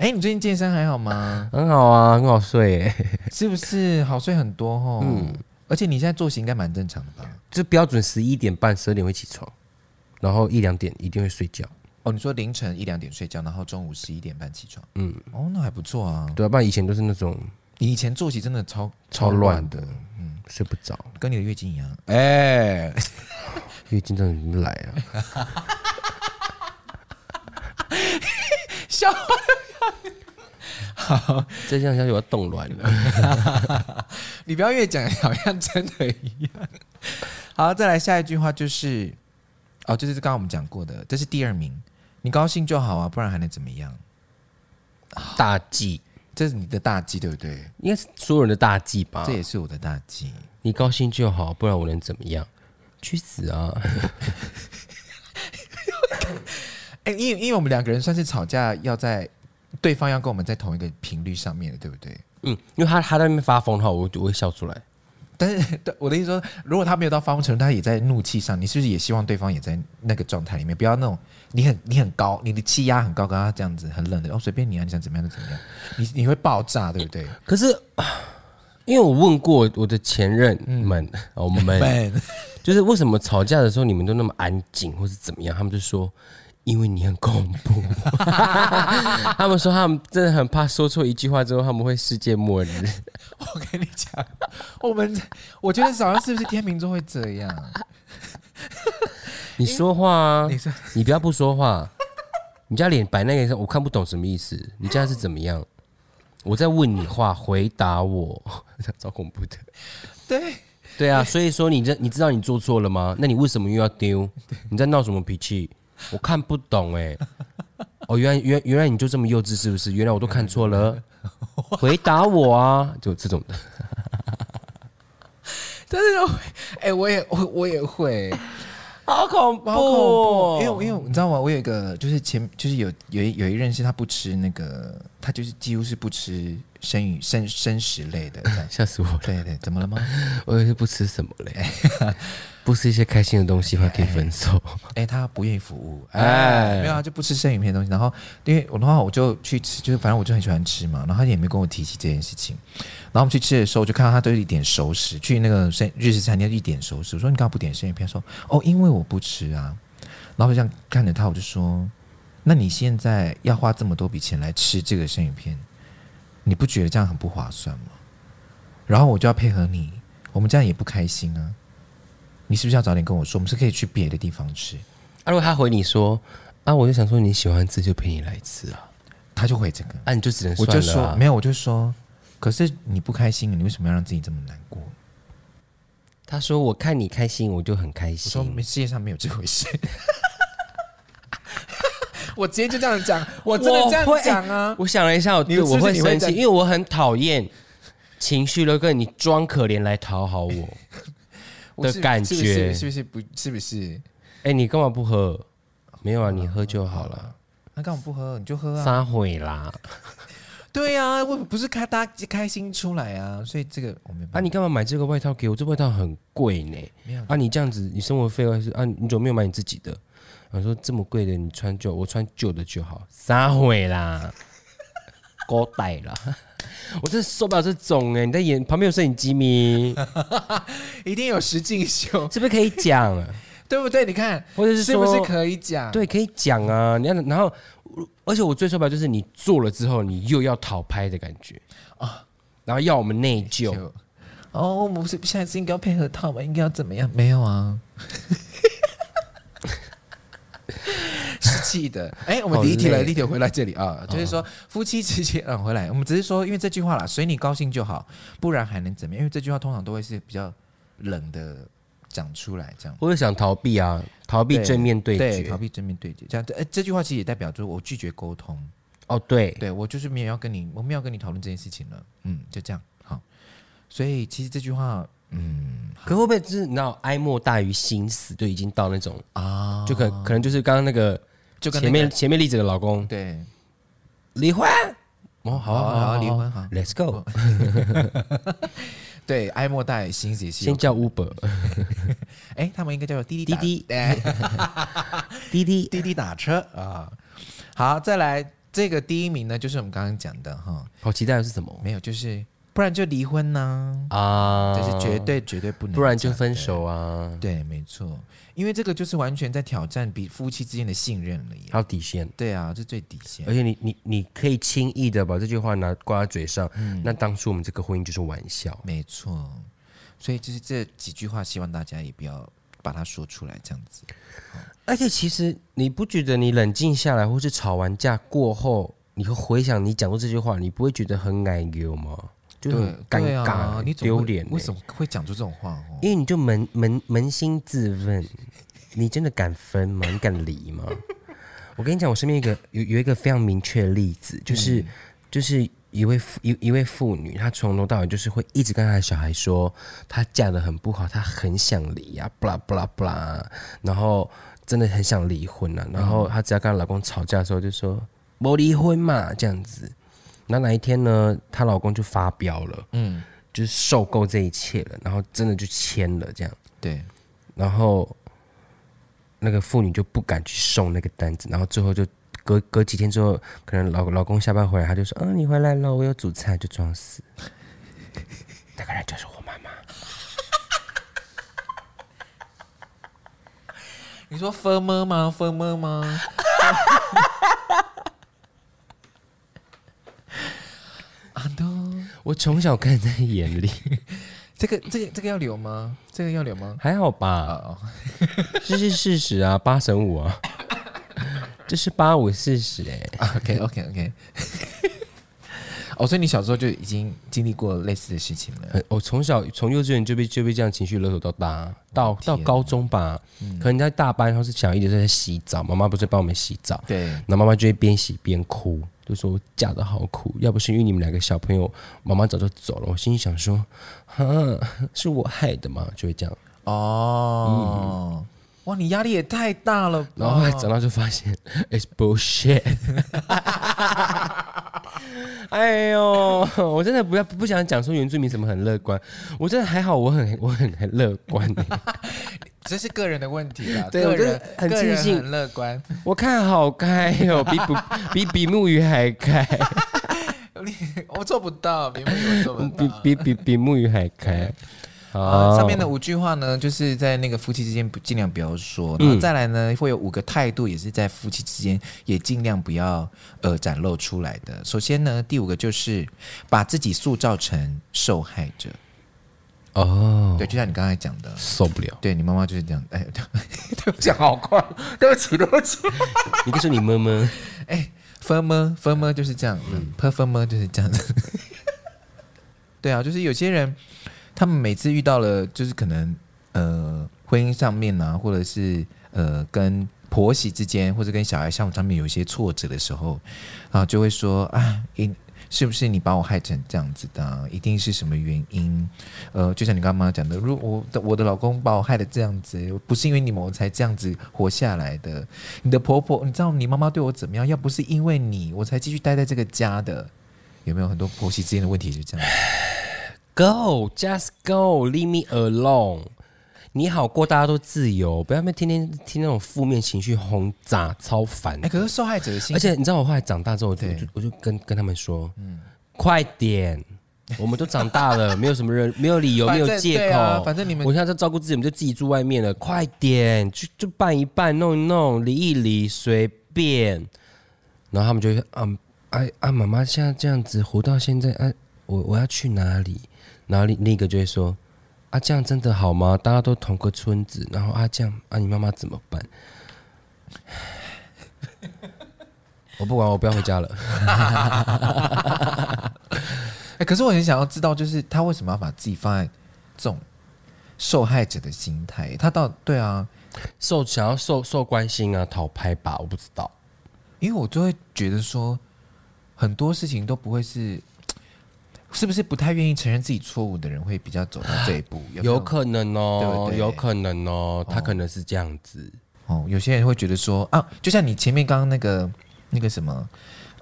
A: 哎、你最近健身还好吗？
B: 很好啊，很好睡欸。
A: 是不是好睡很多哦？
B: 嗯
A: 而且你现在作息应该蛮正常的吧？
B: 就标准十一点半、十二点会起床，然后一两点一定会睡觉。
A: 哦，你说凌晨一两点睡觉，然后中午十一点半起床，嗯，哦，那还不错啊。
B: 对啊，不然以前都是那种
A: 你以前作息真的超
B: 超乱的嗯
A: 的，
B: 睡不着，
A: 跟你的月经一样。哎、
B: 月经真的怎么来啊？
A: 笑
B: 再 这样下去我要冻卵了。
A: 你不要越讲好像真的一样。好，再来下一句话就是，哦，就是刚刚我们讲过的，这是第二名，你高兴就好啊，不然还能怎么样？
B: 大忌，
A: 这是你的大忌，对不对？
B: 应该是所有人的大忌吧
A: 这？也是我的大忌。
B: 你高兴就好，不然我能怎么样？去死啊！
A: 哎、因为因为我们两个人算是吵架要在对方要跟我们在同一个频率上面的，对不 对？
B: 嗯，因为他他在那边发疯的话，我就我会笑出来。
A: 但是对我的意思说，如果他没有到发疯程度，他也在怒气上，你是不是也希望对方也在那个状态里面？不要那种你很你很高，你的气压很高，跟他这样子很冷的，哦，随便你啊，你想怎么样就怎么样，你你会爆炸，对不对？
B: 可是， 啊因为我问过我的前任们，哦我 们
A: 笨，
B: 就是为什么吵架的时候你们都那么安静，或是怎么样？他们就说。因为你很恐怖， 他们说他们真的很怕说错一句话之后他们会世界末日。
A: 我跟你讲，我们我觉得早上是不是天秤座会这样？
B: 你说话啊，
A: 你说
B: 你不要不说话， 你家脸摆那个，我看不懂什么意思。你家是怎么样？我在问你话，回答我， 超恐怖的。
A: 对，
B: 对啊，所以说你这你知道你做错了吗？那你为什么又要丢？你在闹什么脾气？我看不懂哎、哦，原来原原来你就这么幼稚是不是？原来我都看错了。回答我啊，就这种的。
A: 但是我哎、我也我我也会，
B: 好恐
A: 好恐哦怖，因为我因为我你知道吗？我有一个就是前就是有有一有一认识他不吃那个，他就是几乎是不吃生鱼生生食类的。 这样
B: 吓死我了！
A: 对对，怎么了吗？
B: 我也是不吃什么嘞，不吃一些开心的东西的话可以分手。
A: 哎、他不愿意服务，哎、
B: 哎
A: 没有啊，就不吃生鱼片的东西。然后因为我的话，我就去吃，就是反正我就很喜欢吃嘛。然后他也没跟我提起这件事情。然后我们去吃的时候，我就看到他都一点熟食，去那个生日式餐厅一点熟食。我说你干嘛不点生鱼片？他说哦，因为我不吃啊。然后我就这样看着他，我就说，那你现在要花这么多笔钱来吃这个生鱼片，你不觉得这样很不划算吗？然后我就要配合你，我们这样也不开心啊。你是不是要早点跟我说？我们是可以去别的地方吃。
B: 啊，如果他回你说啊，我就想说你喜欢吃就陪你来吃啊，
A: 他就回这个，
B: 啊，你就只能
A: 我
B: 算了、啊。
A: 就说没有，我就说，可是你不开心，你为什么要让自己这么难过？
B: 他说我看你开心，我就很开
A: 我说
B: 心。
A: 没，世界上没有这回事。 我直接就这样 讲，我
B: 真的这样讲
A: 啊！
B: 我想了一下，我
A: 你
B: 对
A: 是
B: 我
A: 不是
B: 会
A: 你会
B: 生
A: 在
B: 气，因为我很讨厌情绪勒跟你装可怜来讨好我。
A: 我是
B: 的感
A: 是不是
B: 觉
A: 是不是不是不是？
B: 哎、你干嘛不喝？没有啊，你喝就好了，
A: 那干嘛不喝？你就喝啊！
B: 撒谎啦！
A: 对啊，我不是开大家开心出来啊，所以这个我没办法。
B: 啊，你干嘛买这个外套给我？这外套很贵呢。啊，你这样子，你生活费还是啊？你怎么没有买你自己的？我说这么贵的，你穿旧，我穿旧的就好。撒 毁啦，狗带啦！ 我真的受不了这种哎、你在演旁边有摄影 机咪？
A: 一定有实境秀，
B: 是不是可以讲？啊
A: 对不对？你看，
B: 或者 是
A: 是不
B: 说，
A: 是可以讲？
B: 对，可以讲啊。你要，然后，而且我最受不了就是你做了之后，你又要讨拍的感觉啊，然后要我们内疚。
A: 就哦，我们不是下一次应该要配合他们，应该要怎么样？没有啊， 是气的。哎、我们
B: 好
A: 第一题了，
B: 累
A: 第一题回来这里啊，就是说夫妻之间，嗯，回来，我们只是说，因为这句话啦，随你高兴就好，不然还能怎么样？因为这句话通常都会是比较冷的讲出来，这样。
B: 或者想逃避啊，逃避
A: 对
B: 正面对
A: 对，
B: 决。
A: 逃避正面对决，这样子，哎、这句话其实也代表着我拒绝沟通，
B: 哦，对，
A: 对我就是没有要跟你，我没有要跟你讨论这件事情了，嗯，就这样，好，所以其实这句话，嗯
B: 可会不会就是你知道哀莫大于心死，就已经到那种，
A: 啊，
B: 就可可能就是刚刚那个
A: 就跟那个
B: 前面前面例子的老公
A: 对，
B: 离婚，哦，好啊
A: 好
B: 好啊
A: 啊，
B: 好啊
A: 离婚好，哦
B: ，Let's go，
A: 对，哀莫大于心死是
B: 先，叫 Uber，
A: 哎，他们应该叫做滴滴打
B: 滴滴
A: 对
B: 滴滴，
A: 滴滴打车啊，好，再来这个第一名呢，就是我们刚刚讲的哈，
B: 好期待的是什么
A: 没有，就是不然就离婚呢，
B: 啊？
A: 这是绝，对绝对不能，
B: 不然就分。手啊，
A: 对，没错，因为这个就是完全在挑战比夫妻之间的信任了耶。
B: 还有底线。
A: 对啊，这最底线
B: 而。且你你你可以轻易的把这句话拿挂在嘴上，
A: 嗯
B: 那当初我们这个婚姻就是玩笑。
A: 没错，所以就是这几句话，希望大家也不要把它说出来，这样子。
B: 而且其实你不觉得你冷静下来，或是吵完架过后，你会回想你讲过这句话，你不会觉得很奶油吗？就很尴
A: 对
B: 尬、
A: 啊，你
B: 很
A: 怎么
B: 丢
A: 会
B: 脸、欸。
A: 为什么会讲出这种话？哦，
B: 因为你就扪扪扪心自问，你真的敢分吗？你敢离吗？我跟你讲，我身边一个有有一个非常明确的例子，
A: 嗯
B: 就是、就是一位妇一一位妇女，她从头到尾就是会一直跟她的小孩说，她嫁的很不好，她很想离啊，不啦不啦不啦，然后真的很想离婚啊，然后她只要跟她老公吵架的时候就说没离婚嘛这样子，然后哪一天呢，她老公就发飙了。
A: 嗯，
B: 就是受够这一切了，然后真的就签了这样，
A: 对，
B: 然后那个妇女就不敢去送那个单子，然后最后就隔隔几天之后，可能老老公下班回来，他就说：“嗯、你回来了，我有煮菜。”就装死。那个人就是我妈妈。
A: 你说分么吗？分么吗？ 啊都，
B: 我从小看在眼里，
A: 这个这个这个要留吗？这个要留吗？
B: 还好
A: 啊
B: 吧？
A: 哦，
B: 这是事实啊，八乘五啊，这是八五四十哎。
A: OK OK OK 。啊 哦，所以你小时候就已经经历过类似的事情了。
B: 呃我从小从幼稚园就被就被这样情绪勒索到大，到到高中吧，可能在大班或是小一的时候在洗澡，妈妈不是帮我们洗澡，
A: 对，
B: 然后妈妈就会边洗边哭，就说嫁的好苦，要不是因为你们两个小朋友，妈妈早就走了。我心里想说，哼，是我害的嘛，就会这样。
A: 哦，哇，你压力也太大了吧。
B: 然后后来长大就发现 it's bullshit。哎呦，我真的不要不想讲说原住民什么很乐观，我真的还好，我很我很很乐观、欸
A: 这是个人的问题啦，
B: 对
A: 个
B: 我觉
A: 人
B: 得很
A: 个人
B: 庆幸
A: 很乐观。
B: 我看好开哦，比不比比目鱼还开，
A: 你我做不到，别问我做不
B: 比
A: 到。
B: 比比比目鱼还开。
A: 啊，
B: 好，
A: 上面的五句话呢，就是在那个夫妻之间不尽量不要说，然后再来呢，会有五个态度，也是在夫妻之间也尽量不要呃展露出来的。首先呢，第五个就是把自己塑造成受害者，
B: 哦，
A: 对，就像你刚才讲的，
B: 受不了。
A: 对你妈妈就是这样，哎，对 不起，好快，对不起，对不起，
B: 你可以说你么么，
A: 哎分么分么就是这样子，分分么就是这样子。 对啊，就是有些人，他们每次遇到了，就是可能呃婚姻上面啊，或者是呃跟婆媳之间，或者跟小孩相处上面有一些挫折的时候，啊就会说啊，一是不是你把我害成这样子的啊、一定是什么原因？呃，就像你刚刚讲的，如我的我的老公把我害得这样子，不是因为你们我才这样子活下来的。你的婆婆，你知道你妈妈对我怎么样？要不是因为你，我才继续待在这个家的。有没有很多婆媳之间的问题就这样？
B: Go, just go, leave me alone。你好过，大家都自由，不要被天天听那种负面情绪轰炸，超烦
A: 哎、。可是受害者的心，
B: 而且你知道，我后来长大之后，我就
A: 对嗯
B: 我就我就跟跟他们说，快点，我们都长大了，没有什么人，没有理由，
A: 反
B: 没
A: 正
B: 有借
A: 对
B: 口
A: 啊。反正你们
B: 我现在在照顾自己，我们就自己住外面了，快点，就就办一办，弄一弄，理一理，随便。然后他们就会说，啊哎啊，妈妈现在这样子活到现在，啊，我我要去哪里？然后另另一个就会说，啊，这样真的好吗？大家都同个村子，然后啊这样，啊你妈妈怎么办？ 我不管，我不要回家了。
A: 哎、可是我很想要知道，就是他为什么要把自己放在这种受害者的心态？他到对啊，
B: 受想要受受关心啊，讨拍吧，我不知道。
A: 因为我就会觉得说，很多事情都不会是，是不是不太愿意承认自己错误的人会比较走到这一步？没
B: 有可能
A: 对
B: 哦
A: 不，对
B: 有可能哦，他可能是这样子。
A: 哦，有些人会觉得说啊，就像你前面刚刚那个那个什么。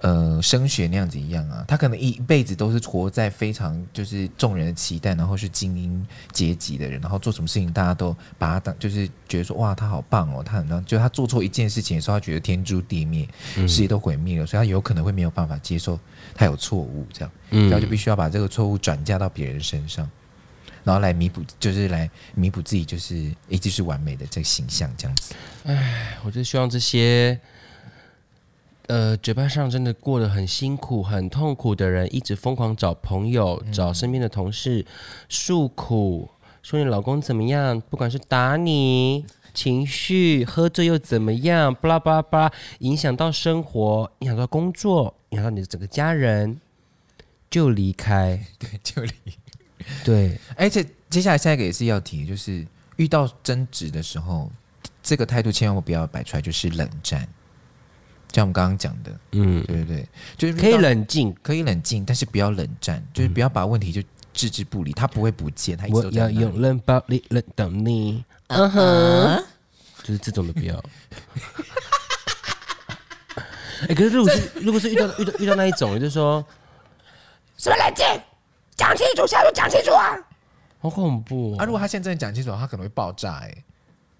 A: 呃，升学那样子一样啊，他可能一辈子都是活在非常就是众人的期待，然后是精英阶级的人，然后做什么事情大家都把他当就是觉得说哇，他好棒哦，他很棒。就他做错一件事情的时候，他觉得天诛地灭，
B: 嗯
A: 世界都毁灭了，所以他有可能会没有办法接受他有错误这样。
B: 嗯
A: 然后就必须要把这个错误转嫁到别人身上，然后来弥补，就是来弥补自己，就是一直是完美的这个形象这样子。
B: 我就希望这些，呃，嘴巴上真的过得很辛苦、很痛苦的人，一直疯狂找朋友、找身边的同事诉苦，说你老公怎么样，不管是打你。情绪喝醉又怎么样？巴拉巴拉巴拉，影响到生活，影响到工作，影响到你的整个家人，就离开。
A: 对， 就离。
B: 对，
A: 而且接下来下一个也是要提，就是遇到争执的时候，这个态度千万不要摆出来，就是冷战。像我们刚刚讲的，
B: 嗯，
A: 对对对，就是遇
B: 可以
A: 到
B: 冷静，
A: 可以冷静，但是不要冷战，就是不要把问题就置之不理，他不会不见，他一直
B: 嗯我
A: 都在
B: 要
A: 那里。
B: 用冷暴力冷等你， 嗯哼，就是这种的不要。哎、可是如果是如果是遇到遇到遇到那一种，就是说
C: 什么冷静？讲清楚，下就讲清楚啊！
B: 好恐怖
A: 啊，
B: 哦
A: 如果他现在真的讲清楚，他可能会爆炸、哎，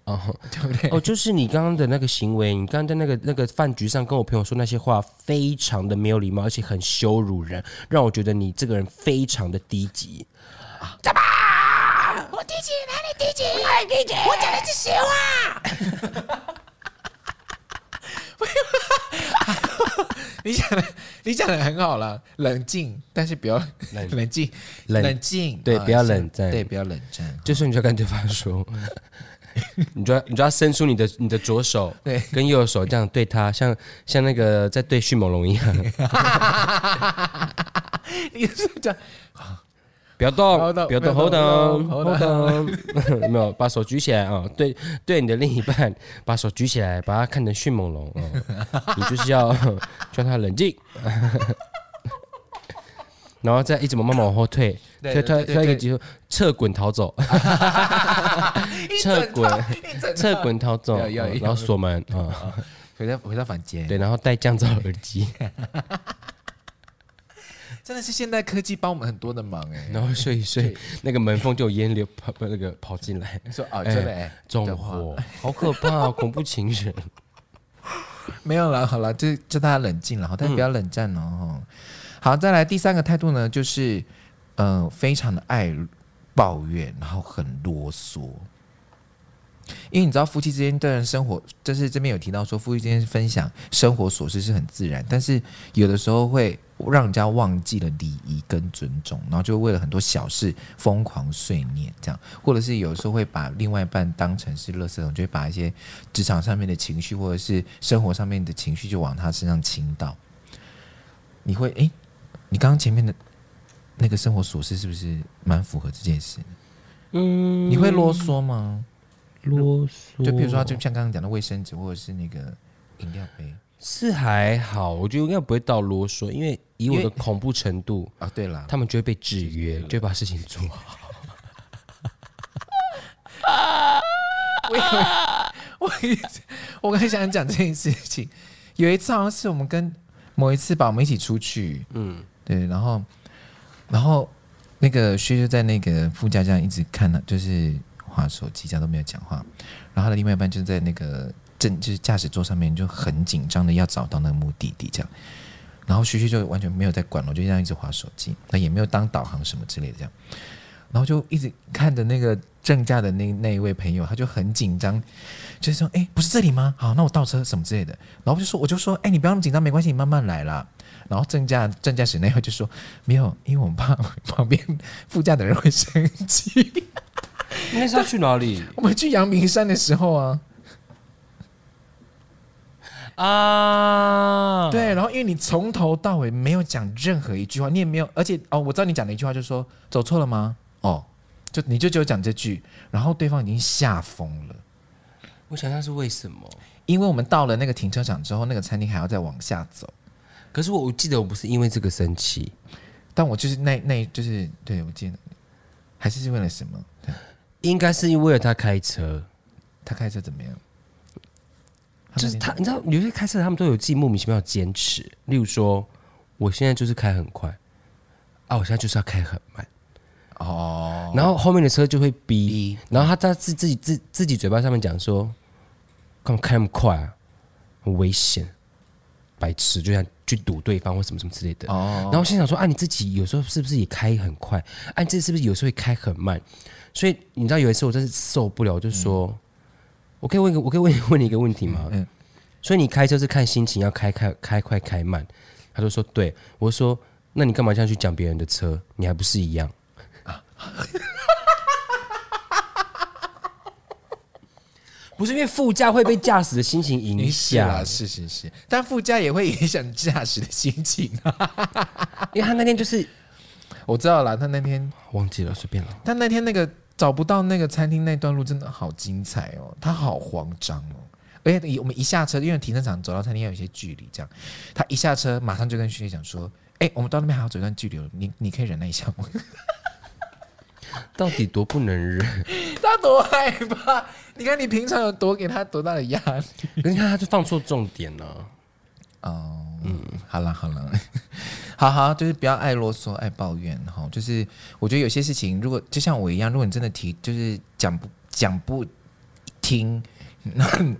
B: 哦
A: 对不对？
B: 哦，就是你刚刚的那个行为，你刚刚在那个那个饭局上跟我朋友说那些话，非常的没有礼貌，而且很羞辱人，让我觉得你这个人非常的低级。
C: 怎么？我低级，哪里低级？哪里低级？我讲的是实话。
A: 你讲的你讲的很好啦，冷静，但是不要 冷静，
B: 冷
A: 冷静，
B: 对
A: 啊
B: 不要
A: 是
B: 冷战
A: 对，不要冷战。
B: 这时候你就要跟对方说， 你就要你就要伸出你的你的左手，
A: 对
B: 跟右手这样对他，像像那个在对迅猛龙一样，
A: 你是讲
B: 不要动
A: Hold on，，
B: 不要动
A: 不要
B: ，hold
A: 动
B: on，hold on，有没 有把手举起来啊、对对，你的另一半把手举起来，把他看成迅猛龙啊、 你就是要 叫他冷静。 然后再一直慢慢往后退，
A: 对对
B: 退退
A: 对
B: 退一个
A: 对
B: 急速，侧滚逃走， 侧滚，侧滚逃走，
A: 要要
B: 嗯
A: 要
B: 然后锁门啊。
A: 回到回到房间，
B: 对，然后戴降噪耳机，
A: 真的是现代科技帮我们很多的忙哎。
B: 然后睡一睡，那个门缝就有烟流跑那个跑进来，
A: 你说哦，真的哎，
B: 纵
A: 的话
B: 火，好可怕、哦，恐怖情人。
A: 没有了，好了，就就大家冷静了，好，但不要冷战哦。吼好，再来第三个态度呢，就是嗯、呃非常的爱抱怨，然后很啰嗦。因为你知道夫妻之间对人生活，就是这边有提到说夫妻之间分享生活琐事是很自然，但是有的时候会让人家忘记了礼仪跟尊重，然后就为了很多小事疯狂碎念这样，或者是有时候会把另外一半当成是垃圾桶，就会把一些职场上面的情绪或者是生活上面的情绪就往他身上倾倒。你会诶，你刚刚前面的那个生活琐事是不是蛮符合这件事？
B: 嗯，
A: 你会啰嗦吗？
B: 啰嗦
A: 就比如说，就像刚刚讲的卫生纸，或者是那个饮料杯
B: 是还好，我觉得应该不会到啰嗦，因为以我
A: 因
B: 的
A: 为
B: 恐怖程度，
A: 啊。对啦，
B: 他们就会被制约，就会把事情做好。
A: 我也是 我刚才想讲这件事情，有一次好像是我们跟某一次吧，我们一起出去，嗯，对，然后然后那个薛就在那个副驾这样一直看呢，就是划手机，这样都没有讲话。然后他的另外一半就在那个正就是驾驶座上面，就很紧张的要找到那个目的地这样。然后旭旭就完全没有在管了，就这样一直划手机，那也没有当导航什么之类的这样。然后就一直看着那个正驾的那那一位朋友，他就很紧张，就是说：“哎、不是这里吗？好，那我倒车什么之类的。”然后我就说：“我就说，哎、你不要那么紧张，没关系，你慢慢来啦。”然后正驾正驾驶那位就说：“没有，因为我怕旁边副驾的人会生气。
B: 那是要去哪里”
A: 我们去阳明山的时候啊，
B: 啊？，
A: 对，然后因为你从头到尾没有讲任何一句话，你也没有，而且哦，我知道你讲的一句话就是说走错了吗？哦，就你就只有讲这句，然后对方已经吓疯了。
B: 我想那是为什么？
A: 因为我们到了那个停车场之后，那个餐厅还要再往下走。
B: 可是我我记得我不是因为这个生气，
A: 但我就是那那，就是对我记得，还是是为了什么？对
B: 应该是因为他开车，
A: 他开车怎么样？
B: 就是
A: 那天
B: 他，你知道有些开车他们都有自己莫名其妙的坚持，例如说我现在就是开很快，啊，我现在就是要开很慢，
A: 哦，
B: 然后后面的车就会逼，
A: 一
B: 然后他他自自己自自己嘴巴上面讲说，干嘛开那么快啊，很危险，白痴，就想去堵对方或什么什么之类的。
A: 哦
B: 然后心想说啊，你自己有时候是不是也开很快？啊，你自己是不是有时候也开很慢？所以你知道有一次我真是受不了，我就说，我可以问一个，我可以问 问你一个问题吗？
A: 嗯嗯
B: 所以你开车是看心情，要开开开快开慢？他就说对，我就说那你干嘛这样去讲别人的车？你还不是一样？啊 不是因为副驾会被驾驶的心 情影
A: 你是
B: 响
A: 啦，，是是是，但副驾也会影响驾驶的心情啊。
B: 因为他那天就是
A: 我知道啦，他那天
B: 忘记了，随便了。
A: 但那天那个找不到那个餐厅那段路真的好精彩哦，他好慌张哦。而且我们一下车，因为停车场走到餐厅要有一些距离，这样他一下车马上就跟学姐讲说：“哎、我们到那边还要走一段距离哦，你你可以忍耐一下 吗
B: 到底多不能忍？？”
A: 他多害怕！你看你平常有多给他多大的压力？
B: 可是你看，他就放错重点了。
A: 哦，嗯，好了好了， 好好，就是不要爱啰嗦，爱抱怨哈。就是我觉得有些事情，如果就像我一样，如果你真的提，就是讲不讲不听，那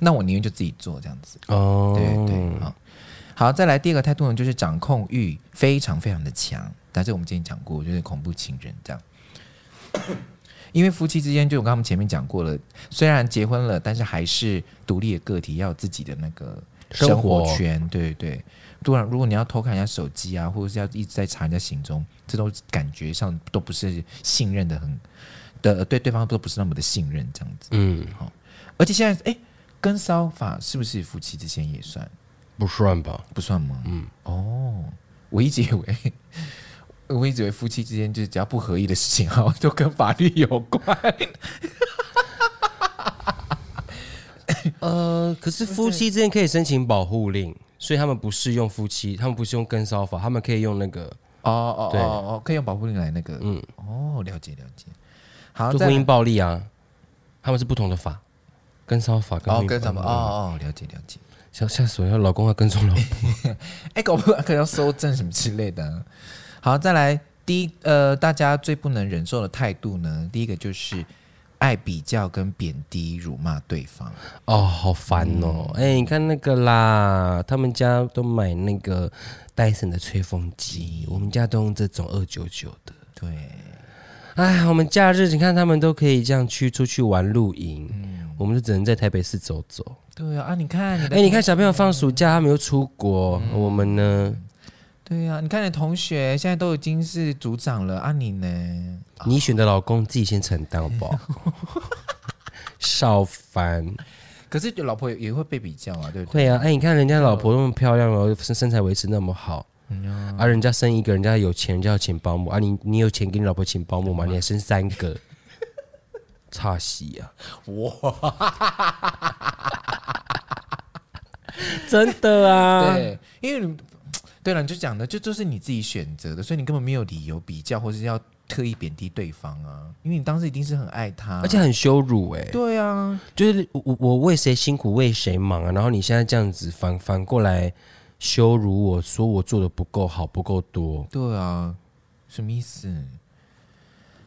A: 那我宁愿就自己做这样子。
B: 哦
A: 对对，好，好，再来第二个态度呢，就是掌控欲非常非常的强，但是我们之前讲过，就是恐怖情人这样。 因为夫妻之间，就我刚刚我们前面讲过了，虽然结婚了，但是还是独立的个体，要有自己的那个
B: 生
A: 生活
B: 活
A: 圈，对对。突然，如果你要偷看人家手机啊，或者是要一直在查人家行踪，这都感觉上都不是信任的很的，对对方都不是那么的信任这样子。
B: 嗯，
A: 而且现在，哎，跟骚法是不是夫妻之间也算？
B: 不算吧？
A: 不算吗？嗯，哦，我一直以为， 我一直以为夫妻之间就是只要不合意的事情， 好像都跟法律有 关。
B: 呃，可是夫妻之间可以申请保护令，所以他们不适用夫妻，他们不是用跟骚法，他们可以用那个
A: 哦哦哦
B: 对
A: 哦，可以用保护令来那个，嗯
B: 嗯，
A: 哦，了解了解。好，
B: 就
A: 再
B: 婚
A: 来
B: 姻暴力啊，他们是不同的法，跟骚法跟
A: 哦
B: 婚姻嗯
A: 跟什么
B: 暴
A: 哦
B: 力，
A: 哦，了解了解。
B: 吓吓死我了！老 公要跟踪老婆，
A: 哎，搞不好可能要搜证什么之类的啊。好，再来第一，呃，大家最不能忍受的态度呢，第一个就是爱比较跟贬低、辱骂对方。
B: 哦，好烦
A: 嗯
B: 哦！哎、你看那个啦，他们家都买那个戴森的吹风机，我们家都用这种二九九的。
A: 对，
B: 哎，我们假日你看他们都可以这样去出去玩露营，我们就只能在台北市走走。
A: 对啊，啊你看你的
B: 哎，你看小朋友放暑假，他们又出国，我们呢？
A: 对呀、你看你同学现在都已经是组长了啊，你呢？
B: 你选的老公自己先承担好不好？少凡
A: 可是老婆也也会被比较啊，对不对？
B: 会啊，哎，你看人家老婆那么漂亮哦，身身材维持那么好，啊，人家生一个，人家有钱，人家要请保姆啊，你你有钱给你老婆请保姆吗？你还生三个，差戏啊！哇，真的啊，
A: 对，因为你对了，你就讲的，这就是你自己选择的，所以你根本没有理由比较，或是要特意贬低对方啊，因为你当时一定是很爱他，
B: 而且很羞辱哎、
A: 对啊，
B: 就是我我我为谁辛苦为谁忙啊，然后你现在这样子反反过来羞辱我说我做的不够好，不够多，
A: 对啊，什么意思？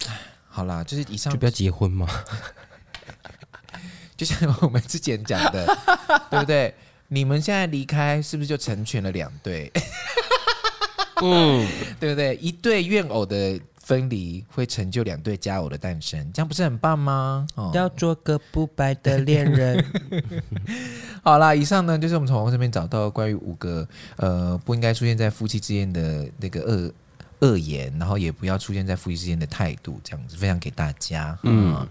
A: 唉好啦，就是以上
B: 就不要结 婚嘛。
A: 就像我们之前讲的，对不对？你们现在离开，是不是就成全了两对？
B: 嗯，
A: 对不对？一对怨偶的分离，会成就两对佳偶的诞生，这样不是很棒吗？哦，
B: 要做个不白的恋 人。
A: 好啦，以上呢就是我们从网络上面找到关于五个呃不应该出现在夫妻之间的那个恶恶言，然后也不要出现在夫妻之间的态度，这样子分享给大家。嗯，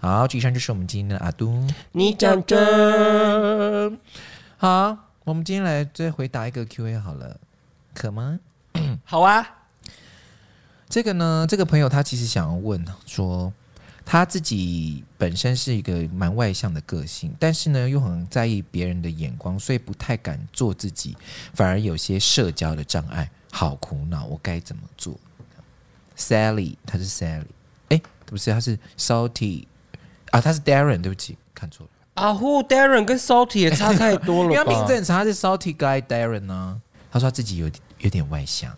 A: 好，以上就是我们今天的阿都。
B: 你讲真，
A: 好，我们今天来再回答一个 Q&A 好了，可吗？
B: 好啊，
A: 这个呢，这个朋友他其实想要问说，他自己本身是一个蛮外向的个性，但是呢又很在意别人的眼光，所以不太敢做自己，反而有些社交的障碍，好苦恼，我该怎么做？Sally，他是 Sally，哎，不是，他是 Salty 啊，他是 Darren，对不起，看错了，
B: 阿护 Darren 跟 Salty 也差太多
A: 因为
B: 了
A: 他
B: 吧
A: 名字？很长，他是 Salty Guy Darren 呢、他说他自己有有点外向，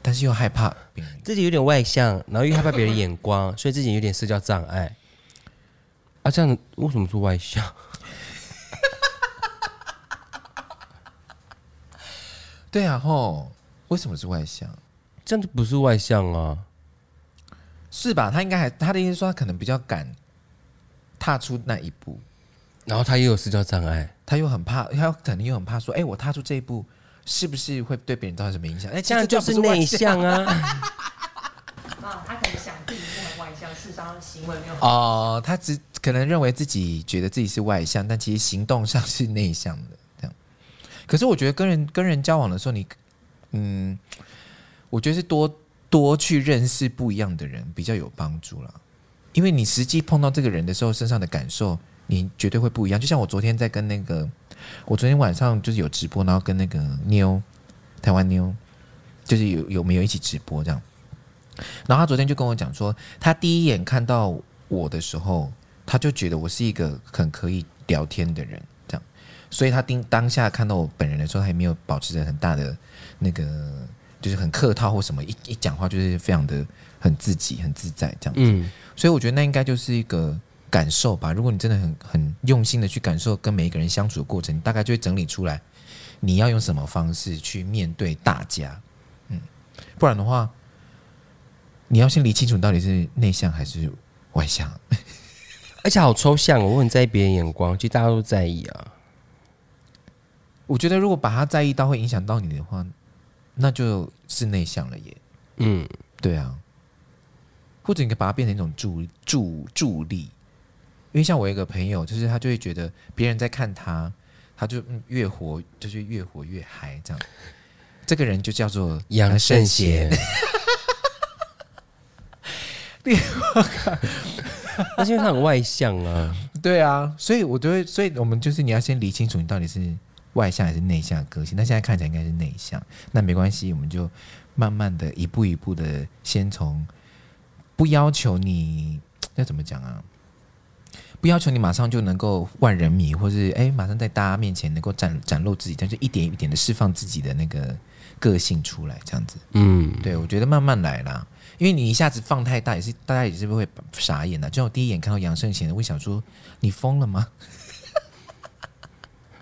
A: 但是又害怕别人
B: 自己有点外向，然后又害怕别人眼光，所以自己有点社交障碍。啊，这样为什么是外向？
A: 对啊，吼，为什么是外向？
B: 这样就不是外向啊。
A: 是吧？他应该还他的意思说，他可能比较敢踏出那一步，
B: 然后他也有社交障碍，
A: 他又很怕，他可能又很怕说，哎、我踏出这一步是不是会对别人造成什么影响？哎、
B: 这样就是内向啊。
D: 啊，他可能想自己是很外向，事实上行为没有很
A: 哦，他只可能认为自己觉得自己是外向，但其实行动上是内向的这样。可是我觉得跟人跟人交往的时候，你嗯，我觉得是多多去认识不一样的人比较有帮助啦。因为你实际碰到这个人的时候，身上的感受你绝对会不一样。就像我昨天在跟那个，我昨天晚上就是有直播，然后跟那个妞，台湾妞，就是有有没有一起直播这样。然后他昨天就跟我讲说，他第一眼看到我的时候，他就觉得我是一个很可以聊天的人，这样，所以他当当下看到我本人的时候，他也没有保持着很大的那个，就是很客套或什么，一一讲话就是非常的很自己、很自在这样子。
B: 嗯，
A: 所以我觉得那应该就是一个感受吧。如果你真的很很用心的去感受跟每一个人相处的过程，你大概就会整理出来你要用什么方式去面对大家。嗯，不然的话，你要先理清楚你到底是内向还是外向。
B: 而且好抽象哦，我很在意别人眼光，其实大家都在意啊。
A: 我觉得如果把他在意到会影响到你的话，那就是内向了耶。
B: 嗯，
A: 对啊，或者你可以把它变成一种助助助力，因为像我有一个朋友，就是他就会觉得别人在看他，他就、嗯、越活就是越活越嗨这样。这个人就叫做呃
B: 杨圣贤
A: 贤，。
B: 而且他很外向啊，
A: 对啊，所以我觉得，所以我们就是你要先理清楚你到底是外向还是内向的个性。那现在看起来应该是内向，那没关系，我们就慢慢的一步一步的先从不要求你要怎么讲啊？不要求你马上就能够万人迷，或是哎、马上在大家面前能够展展露自己，但是一点一点的释放自己的那个个性出来，这样子。
B: 嗯，
A: 对，我觉得慢慢来啦，因为你一下子放太大，也是大家也是会傻眼啊的、就像我第一眼看到杨圣贤，我会想说你疯了吗？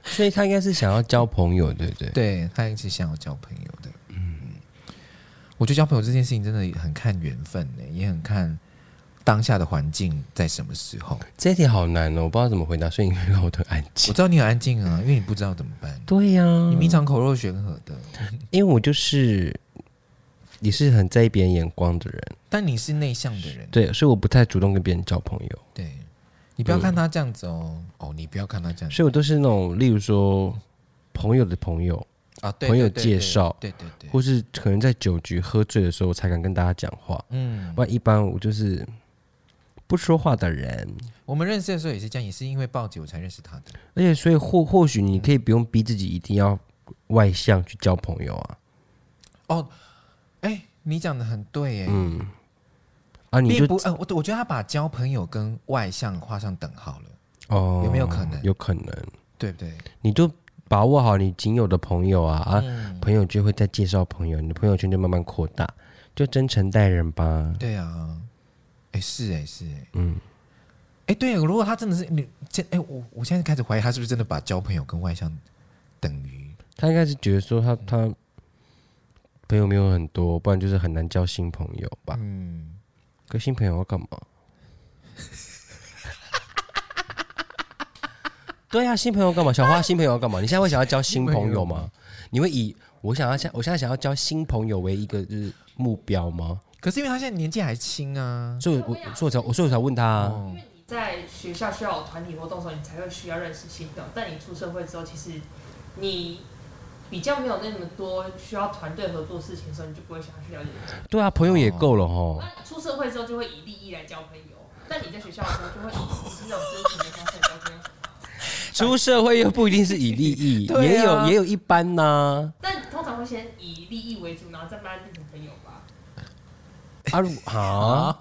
B: 所以他应该是想要交朋友，对不对？
A: 对他一直想要交朋友的，嗯，我觉得交朋友这件事情真的很看缘分呢、也很看当下的环境在什么时候。
B: 这一题好难哦，我不知道怎么回答，所以你会让我很安
A: 我
B: 静。
A: 知道你很安静啊，因为你不知道怎么办，
B: 对呀、
A: 你明常口若悬河的，
B: 因为我就是也是很在意别人眼光的人，
A: 但你是内向的人，
B: 对，所以我不太主动跟别人交朋友，
A: 对，你不要看他这样子哦，哦，你不要看他这样子
B: 所以我都是那种，例如说朋友的朋友，
A: 啊，对
B: 朋友
A: 对对对
B: 介绍
A: 对对对，
B: 或是可能在酒局喝醉的时候我才敢跟大家讲话，
A: 嗯。
B: 不然一般我就是不说话的人。
A: 我们认识的时候也是这样，也是因为报姐我才认识他的。
B: 而且，所以或或许你可以不用逼自己一定要外向去交朋友啊，
A: 哦，哎、你讲的很对耶，
B: 嗯，啊，你
A: 并
B: 就
A: 不，嗯、我我觉得他把交朋友跟外向画上等号了，
B: 哦，
A: 有没有可能
B: 有可能，
A: 对不对？
B: 你就把握好你仅有的朋友啊啊，
A: 嗯
B: 朋友就会再介绍朋友，你的朋友圈就慢慢扩大，就真诚待人吧。
A: 对啊，哎、是哎、是哎、嗯，哎、对，如果他真的是你现哎、我我现在开始怀疑他是不是真的把交朋友跟外向等于
B: 他应该是觉得说他他朋友没有很多，不然就是很难交新朋友吧。
A: 嗯，
B: 可新朋友要干嘛？ 对啊，新朋友干嘛？小花新朋友要干嘛？你现在会想要交新朋友吗？你会以我想要现我现在想要交新朋友为一个就是目标吗？
A: 可是因为他现在年纪还轻啊，
B: 所以我，我所以我才所以我才问他、啊，
A: 哦，
D: 你在学校需要有团体活动的时候，你才会需要认识新的。但你出社会之后，其实你比较没有那么多需要团队合作的事情的时候，你就不会想要去了解人。
B: 对啊，朋友也够了哦。
D: 那出社会之后就会以利益来交朋友，但你在学校的时候就会以那种真情的方式来交朋友。
B: 出社会又不一定是以利 益，也有也有一般呐、
D: 但通常会先以利益为主，然后再慢慢变成朋友吧。
B: 啊。如啊，
D: 好啦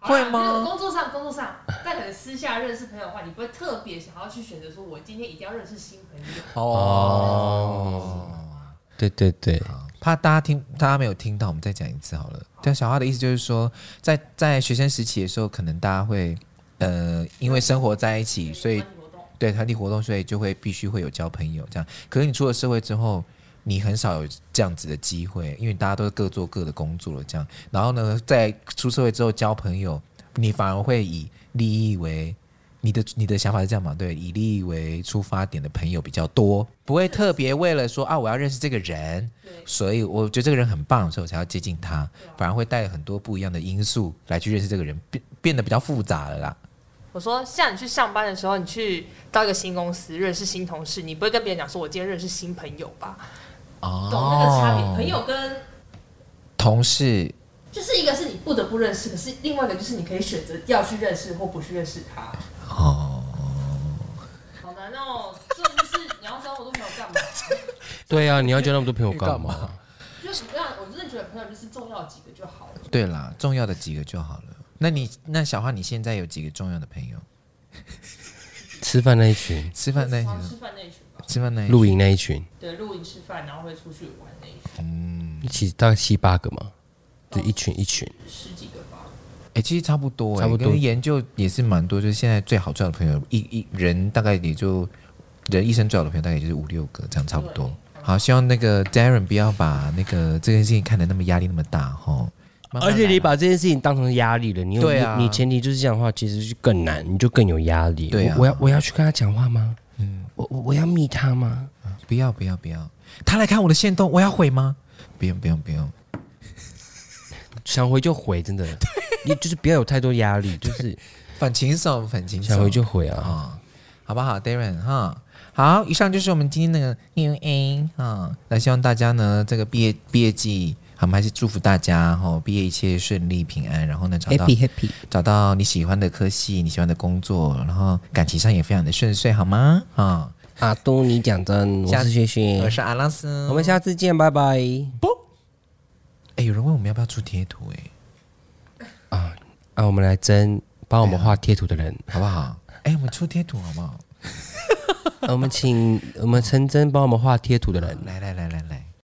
A: 会吗
D: 就是工作上，工作上，但可能私下认识朋友的话，你不会特别想要去选择说，我今天一定要认识新朋友。
B: 啊哦，啊对对对，
A: 好怕大家听大家没有听到，我们再讲一次好了。对，啊小花的意思就是说，在在学生时期的时候，可能大家会呃，因为生活在一起，所以
D: 团体活动
A: 对团体活动，所以就会必须会有交朋友这样。可是你出了社会之后，你很少有这样子的机会，因为大家都是各做各的工作了这样。然后呢，在出社会之后交朋友，你反而会以利益为你的你的想法是这样嘛？对，以利益为出发点的朋友比较多，不会特别为了说啊我要认识这个人，
D: 对，
A: 所以我觉得这个人很棒，所以我才要接近他，反而会带很多不一样的因素来去认识这个人，变变得比较复杂了啦。
D: 我说，像你去上班的时候，你去到一个新公司认识新同事，你不会跟别人讲说，我今天认识新朋友吧？
A: 哦
D: 懂那个差别？朋友跟
A: 同事
D: 就是一个是你不得不认识，可是另外一个就是你可以选择要去认识或不去认识他。
A: 哦，
D: 好难哦，这种就是你要交我多朋友干 嘛？
B: 对啊，你要交那么多朋友干嘛？
D: 就是不要，我真的觉得朋友就是重要几个就好了。
A: 对啦，重要的几个就好了。那你那小花，你现在有几个重要的朋友？
B: 吃饭那一群，
A: 吃饭那一
D: 喜欢
A: 群，
D: 吃饭那一群吧，
A: 吃饭那一群，
B: 露营那一群，
D: 对，露营吃饭，然后会出去玩那一群，
A: 嗯，
B: 一起大概七八个嘛，
A: 哦
B: 就一群一群。
D: 十几个吧。
A: 哎、其实差不多、欸，
B: 差不多
A: 跟研究也是蛮多，就是现在最好最好的朋友，一一人大概也就人一生最好的朋友大概也就是五六个，这样差不多。好，希望那个 Darren 不要把那个这件事情看得那么压力那么大哈。慢慢
B: 而且
A: 来
B: 你
A: 啦
B: 把这件事情当成压力了，你有
A: 对啊
B: 你你前提就是这样的话，其实就更难，你就更有压力。
A: 对啊
B: 我我要我要去跟他讲话吗？嗯，我我我要密他吗？
A: 不要不要不要，他来看我的线动，我要毁吗？不用不用不用，
B: 想回就回，真的， 你就是不要有太多压力， 就是
A: 反轻松反轻松，
B: 想回就回啊。
A: 啊、好不好，Darren 哈？好，以上就是我们今天那个 New A 啊，那希望大家呢，这个毕业毕业季，我们还是祝福大家哈、毕业一切顺利平安，然后呢找到
B: happy，
A: 找到你喜欢的科系，你喜欢的工作，然后感情上也非常的顺遂，好吗？啊、
B: 阿东，你讲真，我
A: 下
B: 是
A: 次
B: 雪雪
A: 我，是阿拉斯，
B: 我们下次见，拜拜。
A: 哎，有人问我们要不要出贴图，哎，
B: 啊，我们来争帮我们画贴图的 人，
A: 好不好？哎，我们出贴图好不好？
B: 啊我们请我们陈真帮我们画贴图的人。
A: 来来来来来，